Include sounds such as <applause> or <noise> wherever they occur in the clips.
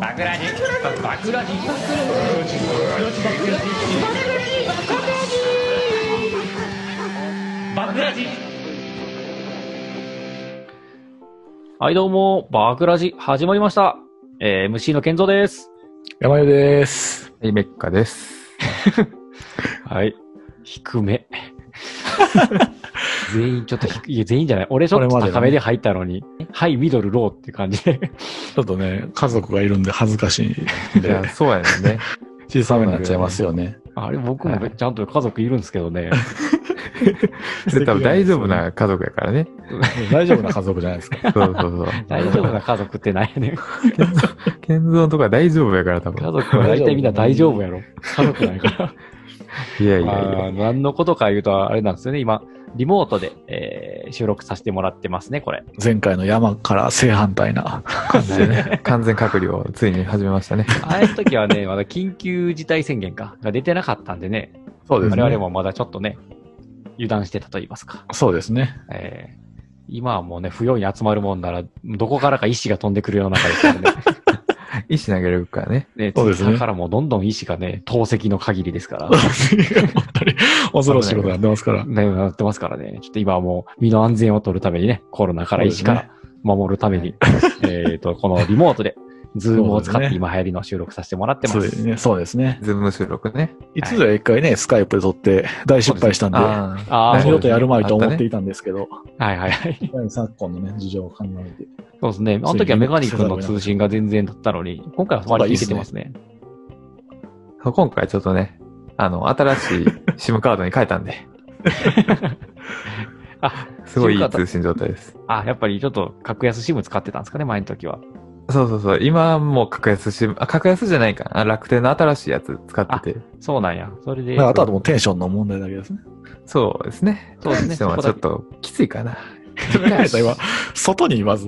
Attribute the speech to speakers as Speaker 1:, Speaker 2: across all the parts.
Speaker 1: バクラジバクラジバクラジ
Speaker 2: はい、どうも、バークラジ、始まりました。えー、MC の健三です。
Speaker 3: 山根です。
Speaker 4: リベッカです。
Speaker 2: <laughs> はい。低め。 <laughs> 全員ちょっと低い、いや、全員じゃない。俺ちょっ
Speaker 3: これ
Speaker 2: と
Speaker 3: までの
Speaker 2: 高
Speaker 3: ね
Speaker 2: めで入ったのに、はい、ミドル、ローって感じ <laughs> で。
Speaker 3: ちょっとね、家族がいるんで恥ずかしいん
Speaker 4: い
Speaker 3: で
Speaker 4: や、、そうやねん
Speaker 2: <laughs>
Speaker 4: ね。
Speaker 3: 小さめになっちゃいますよね。
Speaker 2: あれ、僕も
Speaker 4: はい
Speaker 2: ちゃんと家族いるんですけど
Speaker 4: <laughs>
Speaker 2: ね。
Speaker 4: それ多分大丈夫な家族やからね。
Speaker 3: <laughs> 大丈夫な家族じゃないですか。
Speaker 4: そうそう
Speaker 2: <laughs>
Speaker 4: そう。
Speaker 2: 大丈夫な家族ってない
Speaker 4: <laughs>
Speaker 2: ねん。
Speaker 4: 健三とか大丈夫やから多
Speaker 2: 家
Speaker 4: 分。
Speaker 2: 族は大体みんな大丈夫やろ。家族ないから。
Speaker 4: いやいやい
Speaker 2: まあ、
Speaker 4: や。
Speaker 2: 何のことか言うと、あれなんですよね。今、リモートで、えー収録させてもらってますね、これ。
Speaker 3: 前回の山から正反対な感じでね。
Speaker 4: 完全隔離をついに始めましたね。
Speaker 2: あの時はね、まだ緊急事態宣言か、が出てなかったんでね、
Speaker 3: そうです
Speaker 2: 我々
Speaker 3: ね。
Speaker 2: もまだちょっとね、油断してたと言いますか。
Speaker 3: そうです <laughs> ね。
Speaker 2: えー今はもうね、不要に集まるもんなら、どこからか石が飛んでくるような中ですから
Speaker 3: <laughs>
Speaker 2: ね。
Speaker 4: 石投げれるからね。
Speaker 2: ね
Speaker 3: そうですね
Speaker 2: だからもうどんどん石がね、投石の限りですから、
Speaker 3: 本当に恐ろしいことになってますから。
Speaker 2: ね、なってますからね。ちょっと今はもう身の安全を取るためにね、コロナから石から守るために、えっと、このリモートで、ズームを使って今流行りの収録させてもらってま
Speaker 3: そう
Speaker 2: す。
Speaker 3: ですね。そうですね。
Speaker 4: ズーム収録ね。
Speaker 3: いつぞや一回ね、スカイプで撮って大失敗したんで、
Speaker 4: ああ。
Speaker 2: ああ、
Speaker 3: 二
Speaker 2: そう
Speaker 3: 度
Speaker 2: で
Speaker 3: とやるまいと思っていたんですけ
Speaker 2: す
Speaker 3: ど、
Speaker 2: はいはいはい。
Speaker 3: 昨今のね、事情を考えて。
Speaker 2: そうですね。あの時はメガニ君の通信が全然だったのに、今回は割り切れてますね。
Speaker 4: そう今回ちょっとね、あの、新し
Speaker 2: <laughs>
Speaker 4: い SIM カードに変えたんで、
Speaker 2: あ、
Speaker 4: すごいい
Speaker 2: SIM カー
Speaker 4: い
Speaker 2: ド
Speaker 4: 通信状態です。
Speaker 2: あ、やっぱりちょっと格安シム使ってたんですかね、前の時は。
Speaker 4: そうそうそう。今はもう格安 SIM、あ、格安じゃないかな。あ楽天の新しいやつ使ってて。
Speaker 2: そうなんや。それで、
Speaker 3: まああとはもうテンションの問題だけですね。
Speaker 4: そうですね。
Speaker 2: そうですね
Speaker 4: ちょっとち
Speaker 2: そこだ
Speaker 4: ょっ
Speaker 2: け
Speaker 4: ときついかな。
Speaker 3: 今、外にいます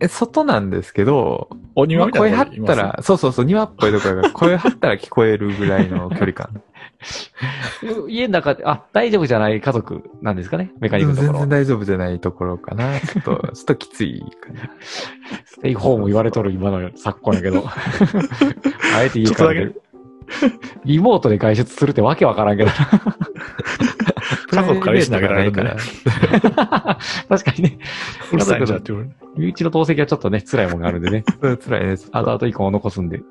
Speaker 4: え、外なんですけど、
Speaker 3: お庭
Speaker 4: まあ
Speaker 3: みたい
Speaker 4: 声
Speaker 3: な
Speaker 4: 張
Speaker 3: とこ
Speaker 4: っ
Speaker 3: にいます
Speaker 4: たら、そうそうそう、庭っぽいところが、
Speaker 3: <laughs>
Speaker 4: 声張ったら聞こえるぐらいの距離感。
Speaker 2: う家の中で、あ、大丈夫じゃない家族なんですかね、メカニ
Speaker 4: 全
Speaker 2: 君のところ
Speaker 4: 然
Speaker 2: は。
Speaker 4: 大丈夫じゃないところかな。ちょっと、
Speaker 3: <laughs>
Speaker 4: ちょっときついかな。
Speaker 2: ステイホーム言われとる今の昨今やけど。あえて家
Speaker 3: ちょっと
Speaker 2: か
Speaker 3: だ
Speaker 2: ら
Speaker 3: け
Speaker 2: で、リモートで外出するってわけわからんけど。
Speaker 3: 家族から石投げられるんだね
Speaker 2: 確かにね。
Speaker 3: うる
Speaker 2: 家
Speaker 3: さい
Speaker 2: 族
Speaker 3: んじ
Speaker 2: の
Speaker 3: ゃんって言われる
Speaker 2: 身内の透析はちょっとね、辛いもんがあるんでね。
Speaker 4: それ辛いね。ちょっと
Speaker 2: 後々以降残すんで。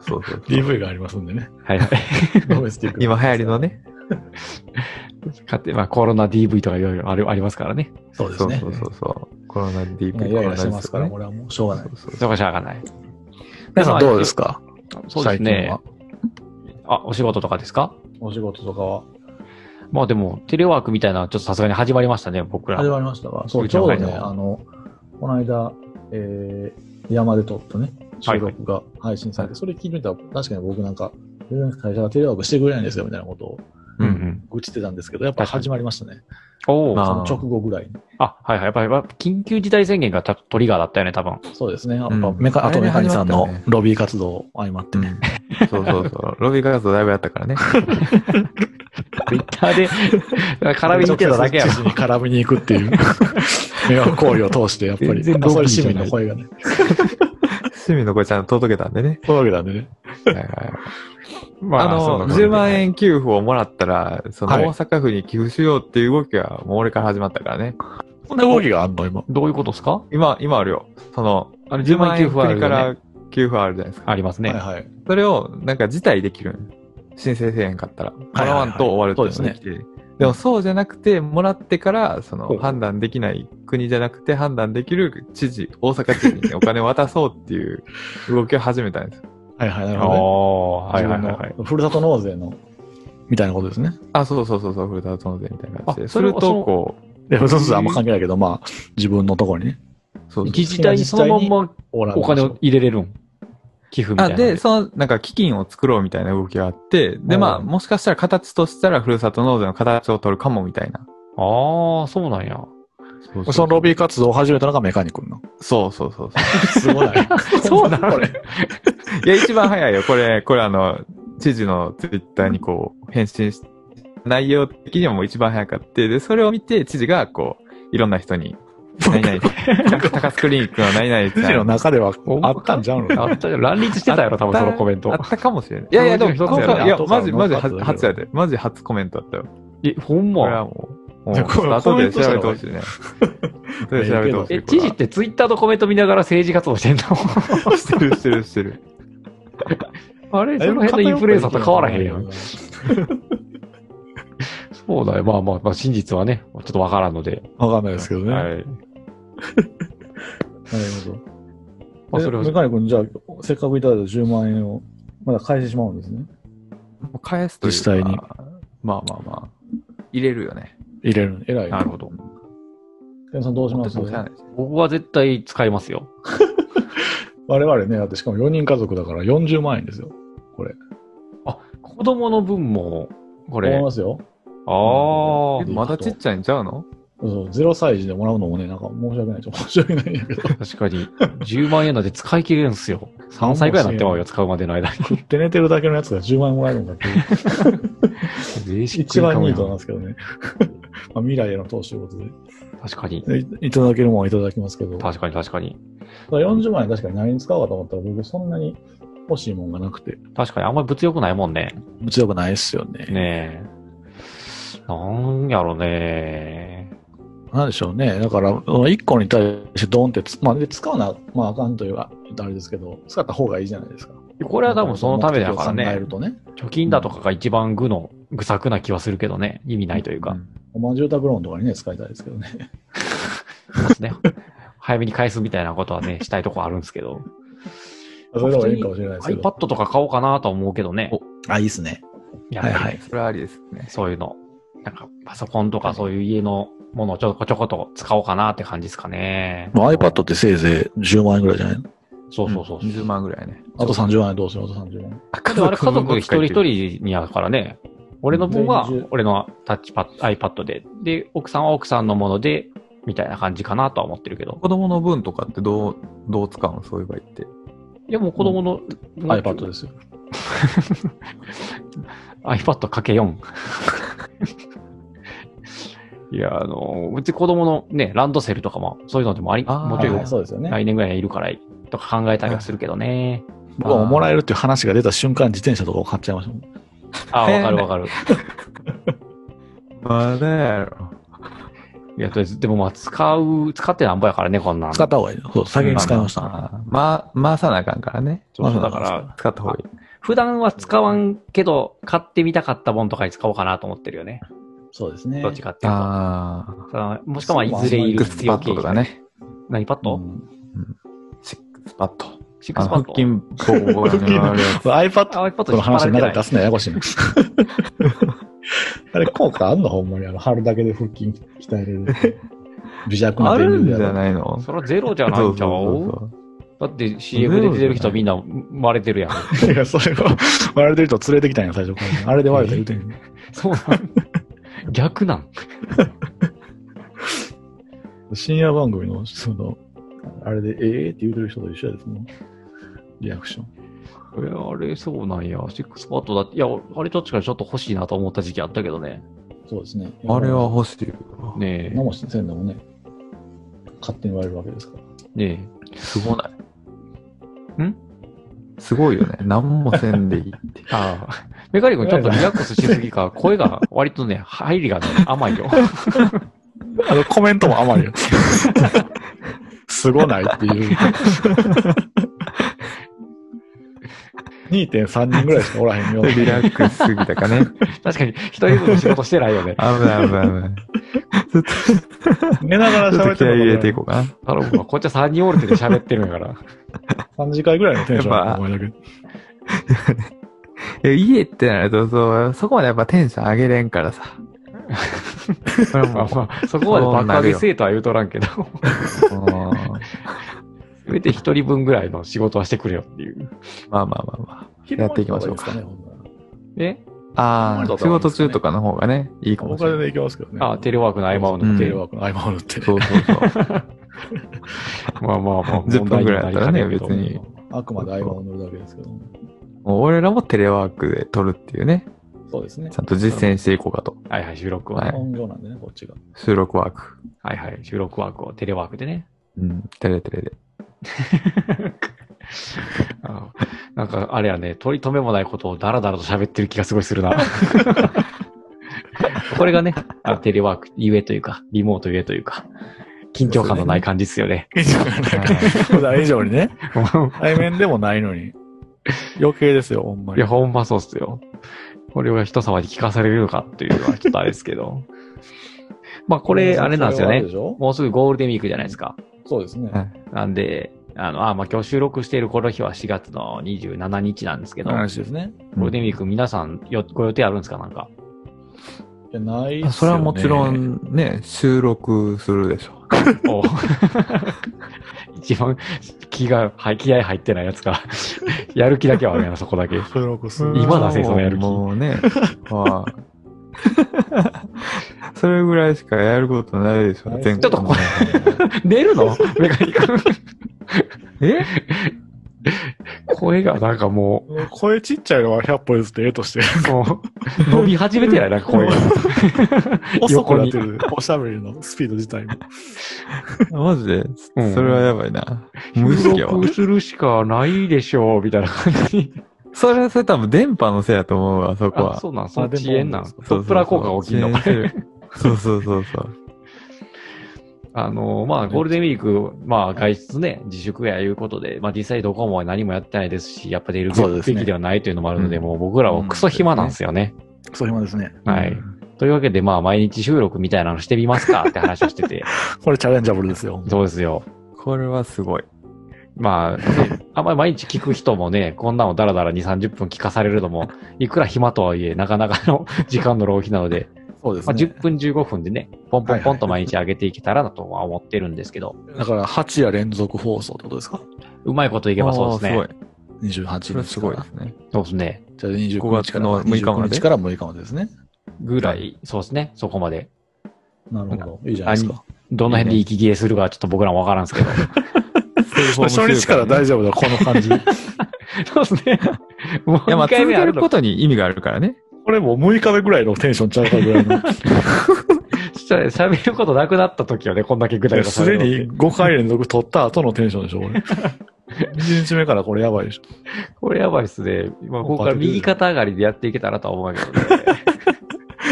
Speaker 4: そうそうそう
Speaker 3: DV がありますんで <laughs> ね。
Speaker 2: はいはい。
Speaker 3: ドメスティック
Speaker 4: 今流行りの。ね。
Speaker 2: 買って、まあコロナ DV とかいろいろあるありますからね。
Speaker 3: そうですね。
Speaker 4: そうそうそうそう。コロナ DV
Speaker 3: もうイライラしてますから、
Speaker 4: コ
Speaker 3: これはもうしょうが
Speaker 4: ロ
Speaker 3: ない
Speaker 4: ナで。すよねそうそう
Speaker 2: そこしゃあがない。
Speaker 3: 皆さんどうですか
Speaker 2: そうですね。。あ、お仕事とかですか
Speaker 3: 最近はお仕事とかは
Speaker 2: まあでも、テレワークみたいなのはちょっとさすがに始まりましたね、僕ら。
Speaker 3: 始まりましたが、そうう、
Speaker 2: ち
Speaker 3: ち
Speaker 2: の
Speaker 3: ょ
Speaker 2: 会
Speaker 3: う
Speaker 2: で
Speaker 3: ど
Speaker 2: も
Speaker 3: ね、あの、この間、えー、山で撮ったね、収録が配信されて、それ聞いてみたら、確かに僕なんか、全然会社がテレワークしてくれないんですよ、みたいなことを
Speaker 2: う
Speaker 4: うんん
Speaker 2: う
Speaker 4: うんん。
Speaker 3: 愚痴ってたんですけど、やっぱ始まりましたね。
Speaker 2: おお、
Speaker 4: まあ
Speaker 3: その直後ぐらいに。
Speaker 2: あ、はいはい。やっぱりやっぱ緊急事態宣言がたトリガーだったよね、多分。
Speaker 3: そうですね。やっぱ
Speaker 4: うん
Speaker 3: メカ、あとメカニさん
Speaker 4: あれ
Speaker 3: の
Speaker 4: ね始まったよね
Speaker 3: ロビー活動相まってね。
Speaker 4: そうそうそう。ロビーガードだいぶやった
Speaker 3: <laughs>
Speaker 4: からね。
Speaker 2: ツイッターで絡みに行ってただけやろ
Speaker 3: <laughs> 直接。知事に絡みに行くっていう迷惑行為を通して、やっぱり、
Speaker 2: 全然
Speaker 3: あ
Speaker 2: ド
Speaker 3: それ
Speaker 2: ンピシャ
Speaker 3: 市
Speaker 2: じゃ
Speaker 3: 民
Speaker 2: ない
Speaker 3: の声がね、
Speaker 4: 趣味の子ちゃん届けたんで
Speaker 3: <laughs>
Speaker 4: ね。
Speaker 3: こういうわけなんでね。
Speaker 4: はいはい。
Speaker 2: ま
Speaker 4: あ
Speaker 2: そんな
Speaker 4: の、
Speaker 2: ことで
Speaker 4: 10万円給付をもらったら、その
Speaker 3: はい
Speaker 4: 大阪府に寄付しようっていう動きがもう俺から始まったからね。
Speaker 3: こんな動きがあんの、今。
Speaker 2: どういうことですか
Speaker 4: 今、今あるよ。その、
Speaker 2: あれ
Speaker 4: 10万円
Speaker 2: 給付あるよ
Speaker 4: 国
Speaker 2: ね
Speaker 4: から給付あるじゃないですか。
Speaker 2: ありますね。
Speaker 3: はいはい。
Speaker 4: それを、なんか辞退できるん申請せえへんかったら。も
Speaker 3: はい
Speaker 4: らわんと終わるってい
Speaker 3: そう
Speaker 4: の
Speaker 3: で
Speaker 4: がきてでもそうじゃなくて、もらってから、そ
Speaker 3: ほ
Speaker 4: の、
Speaker 3: う
Speaker 4: 判断できない国じゃなくて、判断できる知事、大阪知事にお金を渡そうっていう動きを始めたんですよ。
Speaker 3: はいはい、なる
Speaker 2: あ
Speaker 3: ほど
Speaker 2: あ、
Speaker 3: ね。
Speaker 2: はいはいはい
Speaker 3: 自
Speaker 2: はい。
Speaker 3: 分のふるさと納税の、みたいなことですね。
Speaker 4: あ、そうそうそうそう、古田友税みたいな感じ
Speaker 2: あ
Speaker 4: で。
Speaker 2: そ
Speaker 4: す
Speaker 2: れ
Speaker 4: る
Speaker 2: は
Speaker 4: と、
Speaker 2: そう
Speaker 4: こ
Speaker 3: で、ふるさと納税あんま関係ないけど、まあ、自分のところにね、
Speaker 4: う、そうそう
Speaker 2: 自治体にそのまんま
Speaker 3: お
Speaker 2: お金を入れれるん。寄付みたい
Speaker 4: あ、
Speaker 2: な。
Speaker 4: で、、その、なんか基金を作ろうみたいな動きがあって、で、まあ、
Speaker 3: うん
Speaker 4: もしかしたら形としたら、ふるさと納税の形を取るかもみたいな。
Speaker 2: ああ、そうなんや。
Speaker 4: そう
Speaker 3: そのロビー活動を始めたのがメカニ君の。
Speaker 4: そうそうそうそ
Speaker 3: すご <laughs> ない。
Speaker 2: そう <laughs> なの
Speaker 3: これ。
Speaker 4: <laughs> う。いや、一番早いよ。これ、これあの、知事のツイッターにこう、返信し、内容的にはもう一番早かって、で、それを見て、知事がこう、いろんな人に何々。高須クリニックの何々
Speaker 3: 富
Speaker 4: さ
Speaker 3: 士の
Speaker 4: ん。
Speaker 3: 中ではあったんじゃんの
Speaker 2: あったよ乱立してたやろ、多分そのコメント
Speaker 4: あ。ったかもしれない。いやいや、でも、
Speaker 2: 一つや
Speaker 4: こ
Speaker 2: な
Speaker 4: こいや、マジ、
Speaker 3: 後からの
Speaker 4: マジ、
Speaker 3: 後
Speaker 4: 初
Speaker 3: から
Speaker 4: 初やで。マジ初コメントだったよ。
Speaker 2: え、ほん
Speaker 4: これ
Speaker 2: ま。
Speaker 4: はもう、もう、
Speaker 3: い
Speaker 4: ち
Speaker 3: や
Speaker 4: ょ
Speaker 3: これ
Speaker 4: っと後で調べてほしいね。 <laughs> 後で調べてほしい。
Speaker 2: え、知事ってツイッターとコメント見ながら政治活動してんの
Speaker 4: してる、してる、してる。
Speaker 2: <laughs> あれ、その辺のインフルエンサーと変わらへんやん。。そうだよ。まあまあ、まあ、真実はね、ちょっとわからんので。
Speaker 3: わかんないですけどね。
Speaker 2: は。
Speaker 3: ないるほど。
Speaker 2: まあ、それ
Speaker 3: え
Speaker 2: は
Speaker 3: メ、カニ君、じゃあ、せっかくいただいた10万円を、まだ返してしまうんですね。
Speaker 4: 返すというか
Speaker 3: 実際に。
Speaker 4: まあまあまあ。入れるよね。
Speaker 3: 入れる。偉い。
Speaker 2: なるほど。
Speaker 3: ケンさんどうします
Speaker 4: 本当にそうじゃないです
Speaker 2: 僕は絶対使いますよ。
Speaker 3: 我々ね、だってしかも4人家族だから40万円ですよ。
Speaker 2: 子供の分も、こ
Speaker 3: 思
Speaker 2: れ
Speaker 3: い。ますよ。
Speaker 2: あ
Speaker 4: えまだちっちゃいんちゃうの
Speaker 3: そう、0歳児でもらうのもね、なんか申し訳ない。ちょっと申し訳ないんやけど。 <laughs>
Speaker 2: あ、確かに。10万円なんて使い切れるんすよ。3歳くらいになってまうよ、使うまでの間に。
Speaker 3: 食って寝てるだけのやつが10万円もらえるのかっていう。
Speaker 2: <laughs> 税式
Speaker 3: 一番ニートなん
Speaker 2: な
Speaker 3: ですけどね。 <laughs> まあ未来への投資ということで。
Speaker 2: 確かに。
Speaker 3: でいいただけるもんはいただきますけど、
Speaker 2: 確かに確かに。
Speaker 3: ただ40万円確かに何に使おうかと思ったら僕そんなに欲しいもんがなくて、
Speaker 2: 確かにあんまり物欲ないもんね。
Speaker 3: 物欲ないっすよね。
Speaker 2: ねえ。なんやろね。
Speaker 3: なんでしょうね。だから、1個に対してドンってつ、まあ、で使うのは、まあ、あかんというか、あれですけど、使った方がいいじゃないですか。
Speaker 2: これは多分そのためだから
Speaker 3: 目的を考え
Speaker 2: ね
Speaker 3: る。とね。
Speaker 2: 貯金だとかが一番愚の、愚策な気はするけどね。意味ないというか。。
Speaker 3: まあ、住宅ローンとかにね、使いたいですけどね。
Speaker 2: そうですね。 <laughs> 早めに返すみたいなことはね、したいとこあるんですけど。
Speaker 3: それでもいいかもしれないですけど。
Speaker 2: iPad とか買おうかなとは思うけどね。
Speaker 3: あ、いいっすね。
Speaker 2: やっ
Speaker 3: は
Speaker 2: ぱ
Speaker 3: い
Speaker 2: り
Speaker 3: はい。
Speaker 4: それはありですね。
Speaker 2: そういうの。なんか、パソコンとかそういう家のものをちょこちょこと使おうかなって感じですかね。
Speaker 3: まあ、iPad ってせいぜい10万円ぐらいじゃないの
Speaker 2: そうそうそう。
Speaker 4: 10万ぐらいね。
Speaker 3: あと30万円どうするあと30万円。
Speaker 2: でもあれ家族一人
Speaker 4: 人。
Speaker 2: 一人にやからね。俺の分は
Speaker 3: 全員、
Speaker 2: 俺のタッチパッド、iPad で。で、奥さんは奥さんのもので、みたいな感じかなとは思ってるけど。
Speaker 4: 子供の分とかってどう、どう使うのそういう場合って。
Speaker 2: いや、もう子供の、なんていう
Speaker 3: iPad ですよ。
Speaker 2: iPad かけ4。いや、あの、うち子供のね、ランドセルとかも、そういうのでもあり、
Speaker 4: あー
Speaker 2: もちろ
Speaker 3: は
Speaker 2: ん
Speaker 3: いそうですよね。
Speaker 2: 来年ぐらいにいるから、とか考えたりはするけどね。
Speaker 3: 僕はもうもらえるっていう話が出た瞬間、自転車とかを買っちゃいましたもん。
Speaker 2: あー、わかる
Speaker 4: ね
Speaker 2: わかる。
Speaker 4: まだやろ。
Speaker 2: いや、とりあえず、でもまあ、使う、使ってなんぼやからね、こんなん。
Speaker 3: 使った方がいいの。そう、先に使いました。
Speaker 4: あーまあ、回さなあかんからね。
Speaker 2: そうそうだ
Speaker 3: まあ
Speaker 2: から、
Speaker 4: 使った方がいい。
Speaker 2: 普段は使わんけど、買ってみたかったもんとかに使おうかなと思ってるよね。
Speaker 3: そうですね。
Speaker 2: どっちかっていうと。
Speaker 4: ああ。
Speaker 2: そのもしくは、まあいずれい
Speaker 4: シック
Speaker 2: る
Speaker 4: スパッドとか。ね。
Speaker 2: 何パッド、
Speaker 3: うん
Speaker 4: シックスパッド。
Speaker 2: シック
Speaker 4: あ
Speaker 2: スパッ
Speaker 4: の
Speaker 2: ド
Speaker 4: 腹筋ボコボコに回る
Speaker 2: <laughs>
Speaker 4: や
Speaker 3: iPad
Speaker 4: つ。
Speaker 2: あ、iPad
Speaker 3: の
Speaker 2: 引っ張ら
Speaker 3: 話
Speaker 2: れて
Speaker 3: の中
Speaker 2: な
Speaker 3: で
Speaker 2: い
Speaker 3: 出。すのややこしいな。あれ、効果あんのほんまに。あの、貼るだけで腹筋鍛えれる。微弱な
Speaker 4: あるんじ
Speaker 3: やろ
Speaker 4: ゃないの
Speaker 2: それはゼロじゃないんちゃう
Speaker 4: う
Speaker 2: だって CM で出てる人みんな割れてるやん。
Speaker 3: いや、それは、割れてる人連れてきたんや、最初から。あれで割れた言うてんねん
Speaker 2: <laughs> そうなん逆なん。
Speaker 3: 深夜番組の、その、あれで、ええー、って言うてる人と一緒やですもん。リアクション。
Speaker 2: えあれ、そうなんや。シックスパッドだって、いや、あれ確かにちょっと欲しいなと思った時期あったけどね。
Speaker 3: そうですね。
Speaker 4: あれは、欲しいよ。
Speaker 2: ね
Speaker 3: 何もしてせんでもね、勝手に割れるわけですから。
Speaker 2: え。ね
Speaker 4: すごない。んすごいよね。何もせんでいいっ
Speaker 2: え。。
Speaker 4: て
Speaker 2: あ <laughs> あ。メカリ君ちょっとリラックスしすぎ <laughs> か、声が割とね、入りがね、甘いよ。 <laughs>
Speaker 3: あの、コメントも甘いよ。すごないっていう。2.3人ぐらいしかおらへんよ。
Speaker 4: <laughs> リラックスすぎたかね。
Speaker 2: 確かに、一人分の仕事してないよね
Speaker 4: 危。ない危ない危ない。
Speaker 2: <laughs>
Speaker 4: ちょっ
Speaker 3: <laughs>
Speaker 4: と、
Speaker 3: 寝ながら
Speaker 4: ちょっ
Speaker 3: 喋
Speaker 4: と
Speaker 3: っ
Speaker 4: 気
Speaker 3: て
Speaker 4: 合い入
Speaker 3: る
Speaker 4: れ
Speaker 3: の
Speaker 4: ていこうかな。
Speaker 2: 頼むわ。こっちは3人オルテで喋ってるんやから。
Speaker 3: 3時間ぐらいのテンション
Speaker 4: やっ
Speaker 3: だ
Speaker 4: ぱ
Speaker 3: と思いだけど。
Speaker 4: え家ってなると、そう、そこまでやっぱテンション上げれんからさ。それは
Speaker 2: まあ
Speaker 4: も
Speaker 2: まあ、そこまで爆上げ生とは言うとらんけ <laughs> ど、
Speaker 4: う、もう
Speaker 2: <laughs> せめて一人分ぐらいの仕事はしてくれよっていう。
Speaker 4: まあまあまあまやっていきましょうか
Speaker 3: 昼間の方がいいですかね
Speaker 2: え
Speaker 4: あ。ああ、仕事中とかの方がね、いいか
Speaker 3: ほんなら
Speaker 4: も
Speaker 3: お金
Speaker 4: しれない。
Speaker 3: でいきますけどね。
Speaker 2: あ、テレワークの合間を
Speaker 4: う
Speaker 2: 縫
Speaker 4: ん
Speaker 2: って
Speaker 3: テレワークの合間を縫って。
Speaker 4: そうそう
Speaker 2: <laughs>
Speaker 4: そう。
Speaker 2: まあまあまあ、
Speaker 4: 10
Speaker 2: 問題になりかねるけど
Speaker 4: 分ぐらいやったらね別に
Speaker 3: あくまで合間を縫うだけですけど。
Speaker 4: もう俺らもテレワークで撮るっていうね。
Speaker 3: そうですね
Speaker 4: ち。ゃんと実践していこうかと。
Speaker 2: はいはい、収録を
Speaker 4: は
Speaker 2: ね。
Speaker 4: い
Speaker 3: 本業なんでね、こっちが。
Speaker 4: 収録ワーク。
Speaker 2: はいはい、収録ワークをテレワークでね。
Speaker 4: うん。テレテレで。
Speaker 2: あなんか、あれやね、取り留めもないことをダラダラと喋ってる気がすごいするな。これがね、あテレワークゆえというか、リモートゆえというか、緊張感のない感じですよね。
Speaker 3: 以上普段以上にね。 <laughs> 対面でもないのに。余計ですよ、ほんま
Speaker 2: <laughs> い
Speaker 3: に
Speaker 2: や、。ほんまそうっすよ。これが人様に聞かされるのかっていうのはちょっとあれですけど。まあ、これ、あれなんですよね
Speaker 3: そ。れはあるでしょ
Speaker 2: もうすぐゴールデンウィークじゃないですか。
Speaker 3: そうですね。
Speaker 2: なんで、あの、あ、まあ、今日収録しているこの日は4月の27日なんですけど、ゴ
Speaker 3: 話ですね。
Speaker 2: ールデンウィーク皆さんよ、ご予定あるんですかなんか。
Speaker 3: いや、ないっすよ、
Speaker 4: あ
Speaker 3: ね。
Speaker 4: それはもちろ。んね、収録するでしょう。
Speaker 2: お <laughs> 一番気が、はい気合入ってないやつか。やる気だけはあるやな、そこだけ。
Speaker 3: 収録する。
Speaker 2: 今だぜそのやる気
Speaker 4: もうね。はあ、 <laughs> それぐらいしかやることないでしょ、
Speaker 3: ない
Speaker 4: 全国
Speaker 2: ちょっとこ出る <laughs> のメガニ君。え声がなんかも
Speaker 3: 声ちっちゃいのは100歩譲って絵として。
Speaker 4: <laughs>
Speaker 2: う、もう、伸び始めてないな、声が。
Speaker 3: 遅く
Speaker 2: 横
Speaker 3: なっ
Speaker 2: に
Speaker 3: て。る。おしゃべりのスピード自体も。
Speaker 4: <laughs> マジで、
Speaker 2: うん
Speaker 4: それはやばいな。無意識
Speaker 2: 収
Speaker 4: やわ
Speaker 2: 録するしかないでしょう、みたいな感じに。
Speaker 4: それはそれ多分電波のせいやと思うわ、そこ
Speaker 2: あ、
Speaker 4: は。
Speaker 2: そうなん、そ
Speaker 3: まあ
Speaker 2: の
Speaker 3: でも
Speaker 2: 遅延なん。
Speaker 3: そう
Speaker 2: トップラ効果が起きるのか
Speaker 4: 遅延してるそうそうそうそう。
Speaker 2: あの、まあ、ゴールデンウィーク、まあ、外出ね、自粛やいうことで、まあ、実際どこも何もやってないですし、やっぱ出る
Speaker 3: そうですね
Speaker 2: べきではないというのもあるので、
Speaker 4: うん
Speaker 2: もう僕らはクソ暇なんですよね。
Speaker 3: そう今ですね。
Speaker 2: はいというわけで、まあ、毎日収録みたいなのしてみますかって話をして
Speaker 3: <laughs>
Speaker 2: て、
Speaker 3: これチャレンジャブルですよ。
Speaker 2: そうですよ。
Speaker 4: これはすごい。
Speaker 2: まあ、ねあんまり毎日聞く人もね、こんなのダラダラ2、30分聞かされるのも、いくら暇とはいえ、なかなかの <laughs> 時間の浪費なので、
Speaker 3: そうです
Speaker 2: まあ、
Speaker 3: ね
Speaker 2: 10。分15分でね、ポンポンポンと毎日上げていけたらなとは思ってるんですけど、
Speaker 3: だから8夜連続放送ってことですか
Speaker 2: うまいこといけばそうです
Speaker 4: あ
Speaker 2: ね
Speaker 4: ー。すごい。
Speaker 3: ?28 日
Speaker 4: そ
Speaker 3: か
Speaker 4: れ
Speaker 3: ら。
Speaker 4: はすごいですね。
Speaker 2: そうですね。
Speaker 3: じゃあ29日
Speaker 4: 5
Speaker 3: か
Speaker 4: 月
Speaker 3: ら
Speaker 4: の6日まで
Speaker 3: 29日から6日までですね。
Speaker 2: ぐらい、そうですね、そこまで。
Speaker 3: なるほど。いいじゃないですか。
Speaker 2: どの辺で息切れするかはちょっと僕らもわからんですけど。
Speaker 3: 初日から大丈夫だ、この感じ。
Speaker 2: そうですね。もう
Speaker 4: いや、まあ、
Speaker 2: 2回
Speaker 4: 続
Speaker 2: 目
Speaker 4: け
Speaker 2: ある
Speaker 4: る
Speaker 2: の
Speaker 4: ことに意味があるからね。
Speaker 3: <laughs> これもう6日目ぐらいのテンションちゃうかぐらい <laughs> の。
Speaker 2: ちょっと喋ることなくなった時はね、こんだけぐだぐだ
Speaker 3: す
Speaker 2: 喋
Speaker 3: で
Speaker 2: るのって
Speaker 3: に5回連続取った後のテンションでしょ、これ。1日目 <laughs> からこれやばいでしょ。
Speaker 2: これやばいっすね。まあ、ここから右肩上がりでやっていけたらとは思うけど <laughs> ね。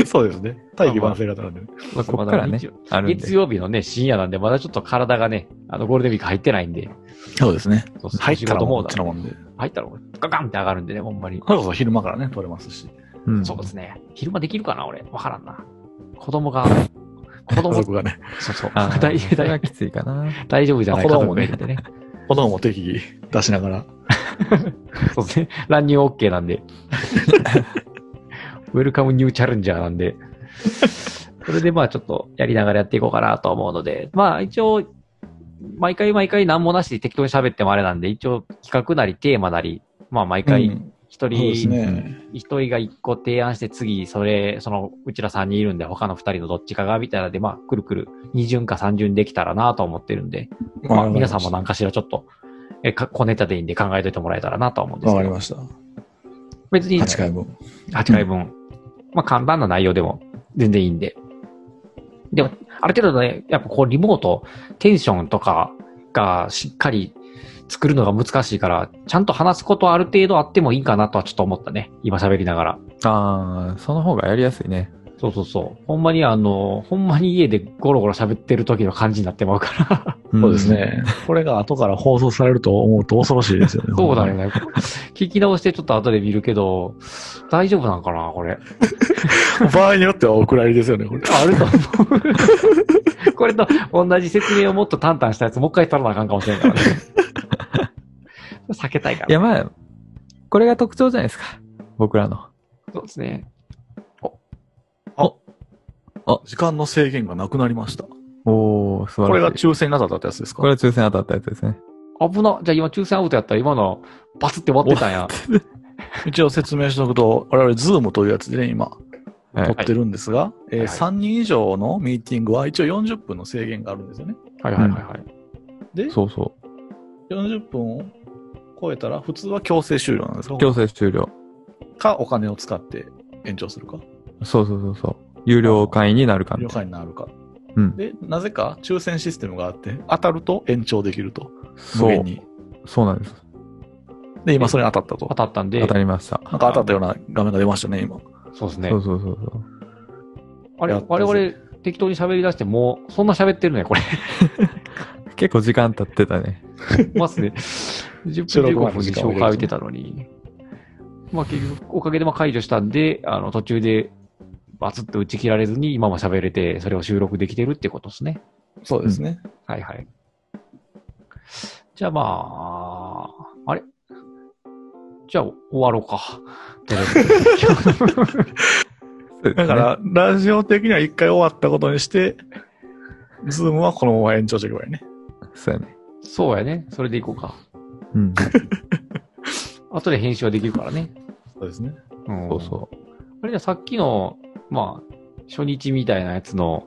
Speaker 3: そうですね。大義万成型なんで。
Speaker 2: まあ
Speaker 4: ここからね
Speaker 2: 日曜
Speaker 4: あるん
Speaker 2: 月
Speaker 4: で。
Speaker 2: 曜日のね、深夜なんで、まだちょっと体がね、あの、ゴールデンウィーク入ってないんで。
Speaker 3: そうですね。
Speaker 2: そうそう
Speaker 3: 入ったらもうこっ
Speaker 2: 仕
Speaker 3: ち
Speaker 2: 事も
Speaker 3: のもんで。
Speaker 2: 入ったらもうガガンって上がるんでね、ほんまに。
Speaker 3: それこそ昼間からね、取れますし。
Speaker 4: うん
Speaker 2: そうですね。昼間できるかな、俺。わからんな。子供 <laughs> が、子
Speaker 3: 家
Speaker 2: 供、
Speaker 3: 族がね。
Speaker 2: そうそう。
Speaker 4: あ
Speaker 2: <laughs>
Speaker 4: ー
Speaker 2: 大
Speaker 4: それ
Speaker 2: 大
Speaker 4: がきついかな。
Speaker 2: 大丈夫じゃない
Speaker 3: あ
Speaker 2: か
Speaker 3: 子
Speaker 2: と
Speaker 3: 供
Speaker 2: 思っ
Speaker 3: も
Speaker 2: て
Speaker 3: ね
Speaker 2: てね。
Speaker 3: 子供も適宜出しながら。
Speaker 2: <laughs> そうですね。乱入 OK なんで。 <laughs> ウェルカムニューチャレンジャーなんで。それでまあちょっとやりながらやっていこうかなと思うので、まあ一応、毎回毎回何もなしで適当に喋ってもあれなんで、一応企画なりテーマなり、まあ毎
Speaker 3: う
Speaker 2: 回
Speaker 3: ん
Speaker 2: 一
Speaker 3: そうです
Speaker 2: 人、
Speaker 3: ね。
Speaker 2: 一人が一個提案して次、それ、そのうちら三人いるんで他の二人のどっちかがみたいなので、まあくるくる二巡か三巡できたらなと思ってるんで、まあ皆さんも何かしらちょっと、え、か小ネタでいいんで考えといてもらえたらなと思うんです
Speaker 3: わか
Speaker 2: け
Speaker 3: り
Speaker 2: ど。
Speaker 3: ました。
Speaker 2: 別に
Speaker 3: 8回分。
Speaker 2: 8回分。まあ簡単な内容でも全然いいんで。でも、ある程度ね、やっぱこうリモート、テンションとかがしっかり作るのが難しいから、ちゃんと話すことはある程度あってもいいかなとはちょっと思ったね。今喋りながら。
Speaker 4: ああ、その方がやりやすいね。
Speaker 2: そうそうそう。ほんまにあの、ほんまに家でゴロゴロ喋ってる時の感じになってまうから。
Speaker 3: そうですね。これが後から放送されると思うと恐ろしいですよね。
Speaker 2: そうだよね。 <laughs> 聞き直してちょっと後で見るけど、大丈夫なんかなこれ。
Speaker 3: 場合によってはお蔵入りですよね、これ。
Speaker 2: あると思う。これと同じ説明をもっと淡々したやつ、もう一回取らなあかんかもしれんからね。避けたいから。
Speaker 4: いや、まあ、これが特徴じゃないですか。僕らの。
Speaker 2: そうですね。
Speaker 3: 時間の制限がなくなりました。
Speaker 4: おお素
Speaker 3: こ
Speaker 4: 晴
Speaker 3: れ
Speaker 4: ら
Speaker 3: が
Speaker 4: しい。
Speaker 3: 抽選なさったってやつですか
Speaker 4: これは抽選当たったやつですね。
Speaker 2: 危な。じゃあ今、抽選アウトやったら今の、バツって終わってたんや。
Speaker 3: 一応説明しておくと、我々、ズームというやつでね、今、
Speaker 4: はい
Speaker 3: 撮ってるんですが、えー
Speaker 2: はい
Speaker 3: 3人以上のミーティングは一応40分の制限があるんですよね。
Speaker 2: はいはいはいはい。
Speaker 3: で、
Speaker 4: そうそ
Speaker 3: 40分を超えたら、普通は強制終了なんです
Speaker 4: う。
Speaker 3: か
Speaker 4: 強制終了。
Speaker 3: か、お金を使って延長するか、
Speaker 4: そうそうそうそう。有料会員になるかみ
Speaker 3: 了
Speaker 4: た
Speaker 3: 解
Speaker 4: い
Speaker 3: になるか。
Speaker 4: うん
Speaker 3: で、なぜか抽選システムがあって、当たると延長できると。
Speaker 4: な。
Speaker 3: 無
Speaker 4: そう
Speaker 3: 限。に。
Speaker 4: そうなんです。
Speaker 3: で、今それに当たった
Speaker 2: 当
Speaker 3: と。
Speaker 2: たったんで
Speaker 4: 当、たりました。
Speaker 3: なんか当たったような画面が出ましたね、今。
Speaker 2: そうですね
Speaker 4: そ。うそうそうそう。
Speaker 2: あれ、
Speaker 3: やったぜ
Speaker 2: 我々適当に喋り出してもう、そんな喋ってるね、これ。
Speaker 4: 結構時間経ってたね。
Speaker 2: ますね。10分15分で紹介を受けてたのに。まあ結局、おかげでまあ解除したんで、あの途中でバツッと打ち切られずに今も喋れて、それを収録できてるってことですね。
Speaker 3: そうですね。
Speaker 2: はいはい。じゃあまあ、あれじゃあ終わろうか。 <laughs> とりあえず
Speaker 3: だから、ラジオ的には一回終わったことにして、ズームはこのまま延長していけばいいね。
Speaker 4: そうやね。
Speaker 2: そうやね。それでいこうか。
Speaker 4: うん。
Speaker 2: 後で編集はできるからね。
Speaker 3: そうですね。
Speaker 2: うん
Speaker 4: そうそう。
Speaker 2: あれじゃあさっきの、まあ、初日みたいなやつの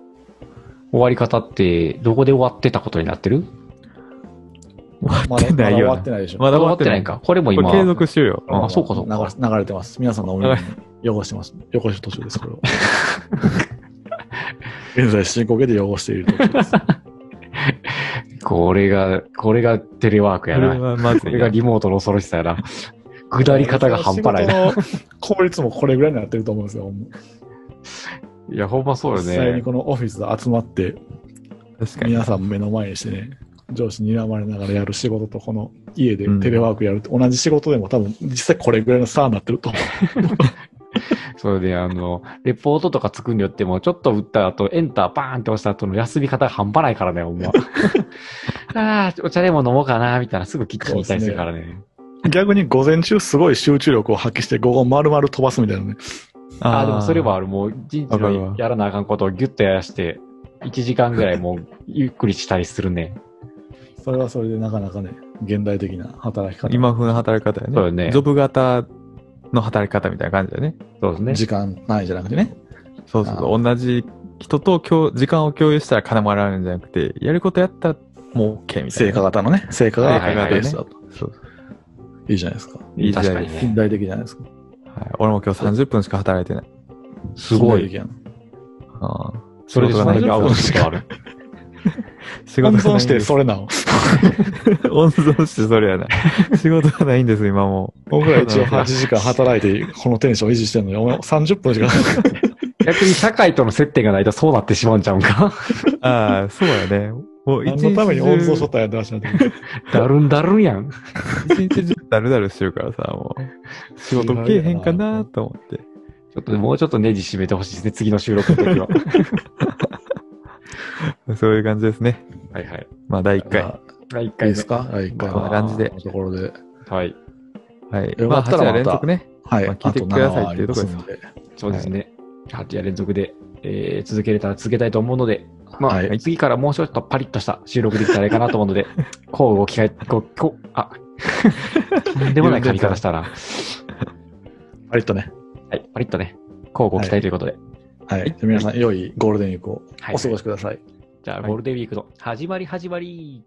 Speaker 2: 終わり方って、どこで終わってたことになってる
Speaker 4: 終
Speaker 3: ま
Speaker 4: わっ
Speaker 3: だ
Speaker 4: て
Speaker 3: まだ
Speaker 4: ない
Speaker 3: 終
Speaker 4: よ
Speaker 3: わ
Speaker 4: な
Speaker 3: って。ないでしょ。
Speaker 4: まだ
Speaker 2: 終
Speaker 4: 終
Speaker 2: わ
Speaker 4: わ
Speaker 2: っ
Speaker 4: ってて
Speaker 2: な
Speaker 4: ないい
Speaker 2: か。これも
Speaker 4: これ
Speaker 2: 今、
Speaker 4: 継続しようよ。
Speaker 2: あそうかそうか
Speaker 3: 流流れてます。皆さんのお耳に汚して <laughs> ます。汚し途中です、これを。現在進行形で汚している途中です。 <laughs>
Speaker 2: これが、これがテレワークや
Speaker 4: これ
Speaker 2: な。
Speaker 4: はまず
Speaker 2: こ
Speaker 4: い
Speaker 2: れが
Speaker 4: な。
Speaker 2: リモートの恐ろしさや <laughs> な。下り方が半端ないな。
Speaker 3: 仕事の効率もこれぐらいになってると思うんですよ。ほんま
Speaker 2: いや、ほんまそうよ
Speaker 3: 実際
Speaker 2: ね
Speaker 3: に。このオフィスで集まって、
Speaker 4: 確かに。
Speaker 3: 皆さん目の前にしてね、上司に睨まれながらやる仕事と、この家でテレワークやるって、同じ仕事でも多分実際これぐらいの差になってると思う。
Speaker 2: それで、あの、レポートとか作るによっても、ちょっと打った後、エンターバーンって押した後の休み方が半端ないからね、ほ <laughs> んま。ああ、お茶でも飲もうかな、みたいな、すぐキッチンに対するからね。
Speaker 3: 逆に午前中すごい集中力を発揮して、午後丸々飛ばすみたいなね。
Speaker 2: ああ、でもそれは
Speaker 4: は
Speaker 2: ある。もう、一日
Speaker 4: わかるわ
Speaker 2: のやらなあかんことをギュッとやらして、1時間ぐらいもう、ゆっくりしたりするね。
Speaker 3: それはそれでなかなかね、現代的な働き方。
Speaker 4: 今風の働き方やね。
Speaker 2: そうよね
Speaker 4: ジョブ型の働き方みたいな感じだよね。
Speaker 2: そうですね。
Speaker 3: 時間ないじゃなくてね。
Speaker 4: そうそうそう。同じ人と共時間を共有したら金もらえるんじゃなくて、やることやったらもう OK みたい
Speaker 3: 成
Speaker 4: な。
Speaker 3: 果型のね、成果が
Speaker 2: 成果型
Speaker 3: ベ
Speaker 2: ね
Speaker 3: ースだと。
Speaker 4: そう
Speaker 3: いいじゃないですか。
Speaker 4: いい時
Speaker 2: 確か
Speaker 4: 代
Speaker 2: に
Speaker 4: です。
Speaker 2: ね
Speaker 3: 近。代的じゃないですか。
Speaker 4: はい、俺も今日30分しか働いてない。
Speaker 2: すご
Speaker 3: 近代
Speaker 2: い。
Speaker 3: 的やな。
Speaker 4: あー
Speaker 2: それでそんなにアウトすることある。
Speaker 4: 仕
Speaker 3: 温
Speaker 4: 事
Speaker 3: 存
Speaker 4: がない
Speaker 3: し
Speaker 4: んで
Speaker 3: て
Speaker 4: す
Speaker 3: それな
Speaker 4: <laughs>
Speaker 3: の。
Speaker 4: 温存してそれやな。仕事がないんです、今も
Speaker 3: 僕ら一応8時間働いて、このテンション維持してるのに、お前30分し
Speaker 4: <laughs>
Speaker 3: か。
Speaker 2: 逆に社会との接点がないとそうなってしまうんちゃうんか <laughs>
Speaker 4: う。ああ、そうやね。もう一
Speaker 3: 何
Speaker 4: 日
Speaker 3: のために温存しと
Speaker 4: 中
Speaker 3: っ、たんやって話なんだけど
Speaker 2: だるんだるんやん。
Speaker 4: 一日中だるだるしてるからさ、も
Speaker 3: <laughs>
Speaker 4: う。仕事受けへんかなと思って。
Speaker 2: ちょっともうちょっとネジ締めてほしいですね、次の収録の時 <laughs> は。
Speaker 4: そういう感じですね。
Speaker 2: はいはい。
Speaker 4: まあ、第1回。
Speaker 3: ま
Speaker 2: 第1
Speaker 3: あいい
Speaker 2: 回
Speaker 3: です
Speaker 2: 目。
Speaker 3: かはい、一回
Speaker 4: こんな感じで
Speaker 3: ところで。
Speaker 2: はい。
Speaker 4: はい。
Speaker 3: よ
Speaker 4: ま
Speaker 3: か
Speaker 4: あ、
Speaker 3: ったら
Speaker 4: 8
Speaker 3: また
Speaker 4: 話連続ね。
Speaker 3: はい、
Speaker 4: まあ聞いて
Speaker 3: あと
Speaker 4: ください
Speaker 3: 7はあります
Speaker 4: っていうん
Speaker 3: で。
Speaker 2: そうですね。8夜連続で、えー続けれたら続けたいと思うので、まあ、
Speaker 3: はい
Speaker 2: 次からもうちょっとパリッとした収録できたらいいかなと思うので、こうご期待、こう、こう、あ、とんでもない噛み方したな。は
Speaker 3: パリッとね。
Speaker 2: い、パリッとね、こうご期待ということで。
Speaker 3: はい。じゃあ皆さん、良いゴールデンウィークを
Speaker 2: はい
Speaker 3: お過ごしください。
Speaker 2: じゃあ、
Speaker 4: はい
Speaker 2: ゴールデンウィークの始まり始まり。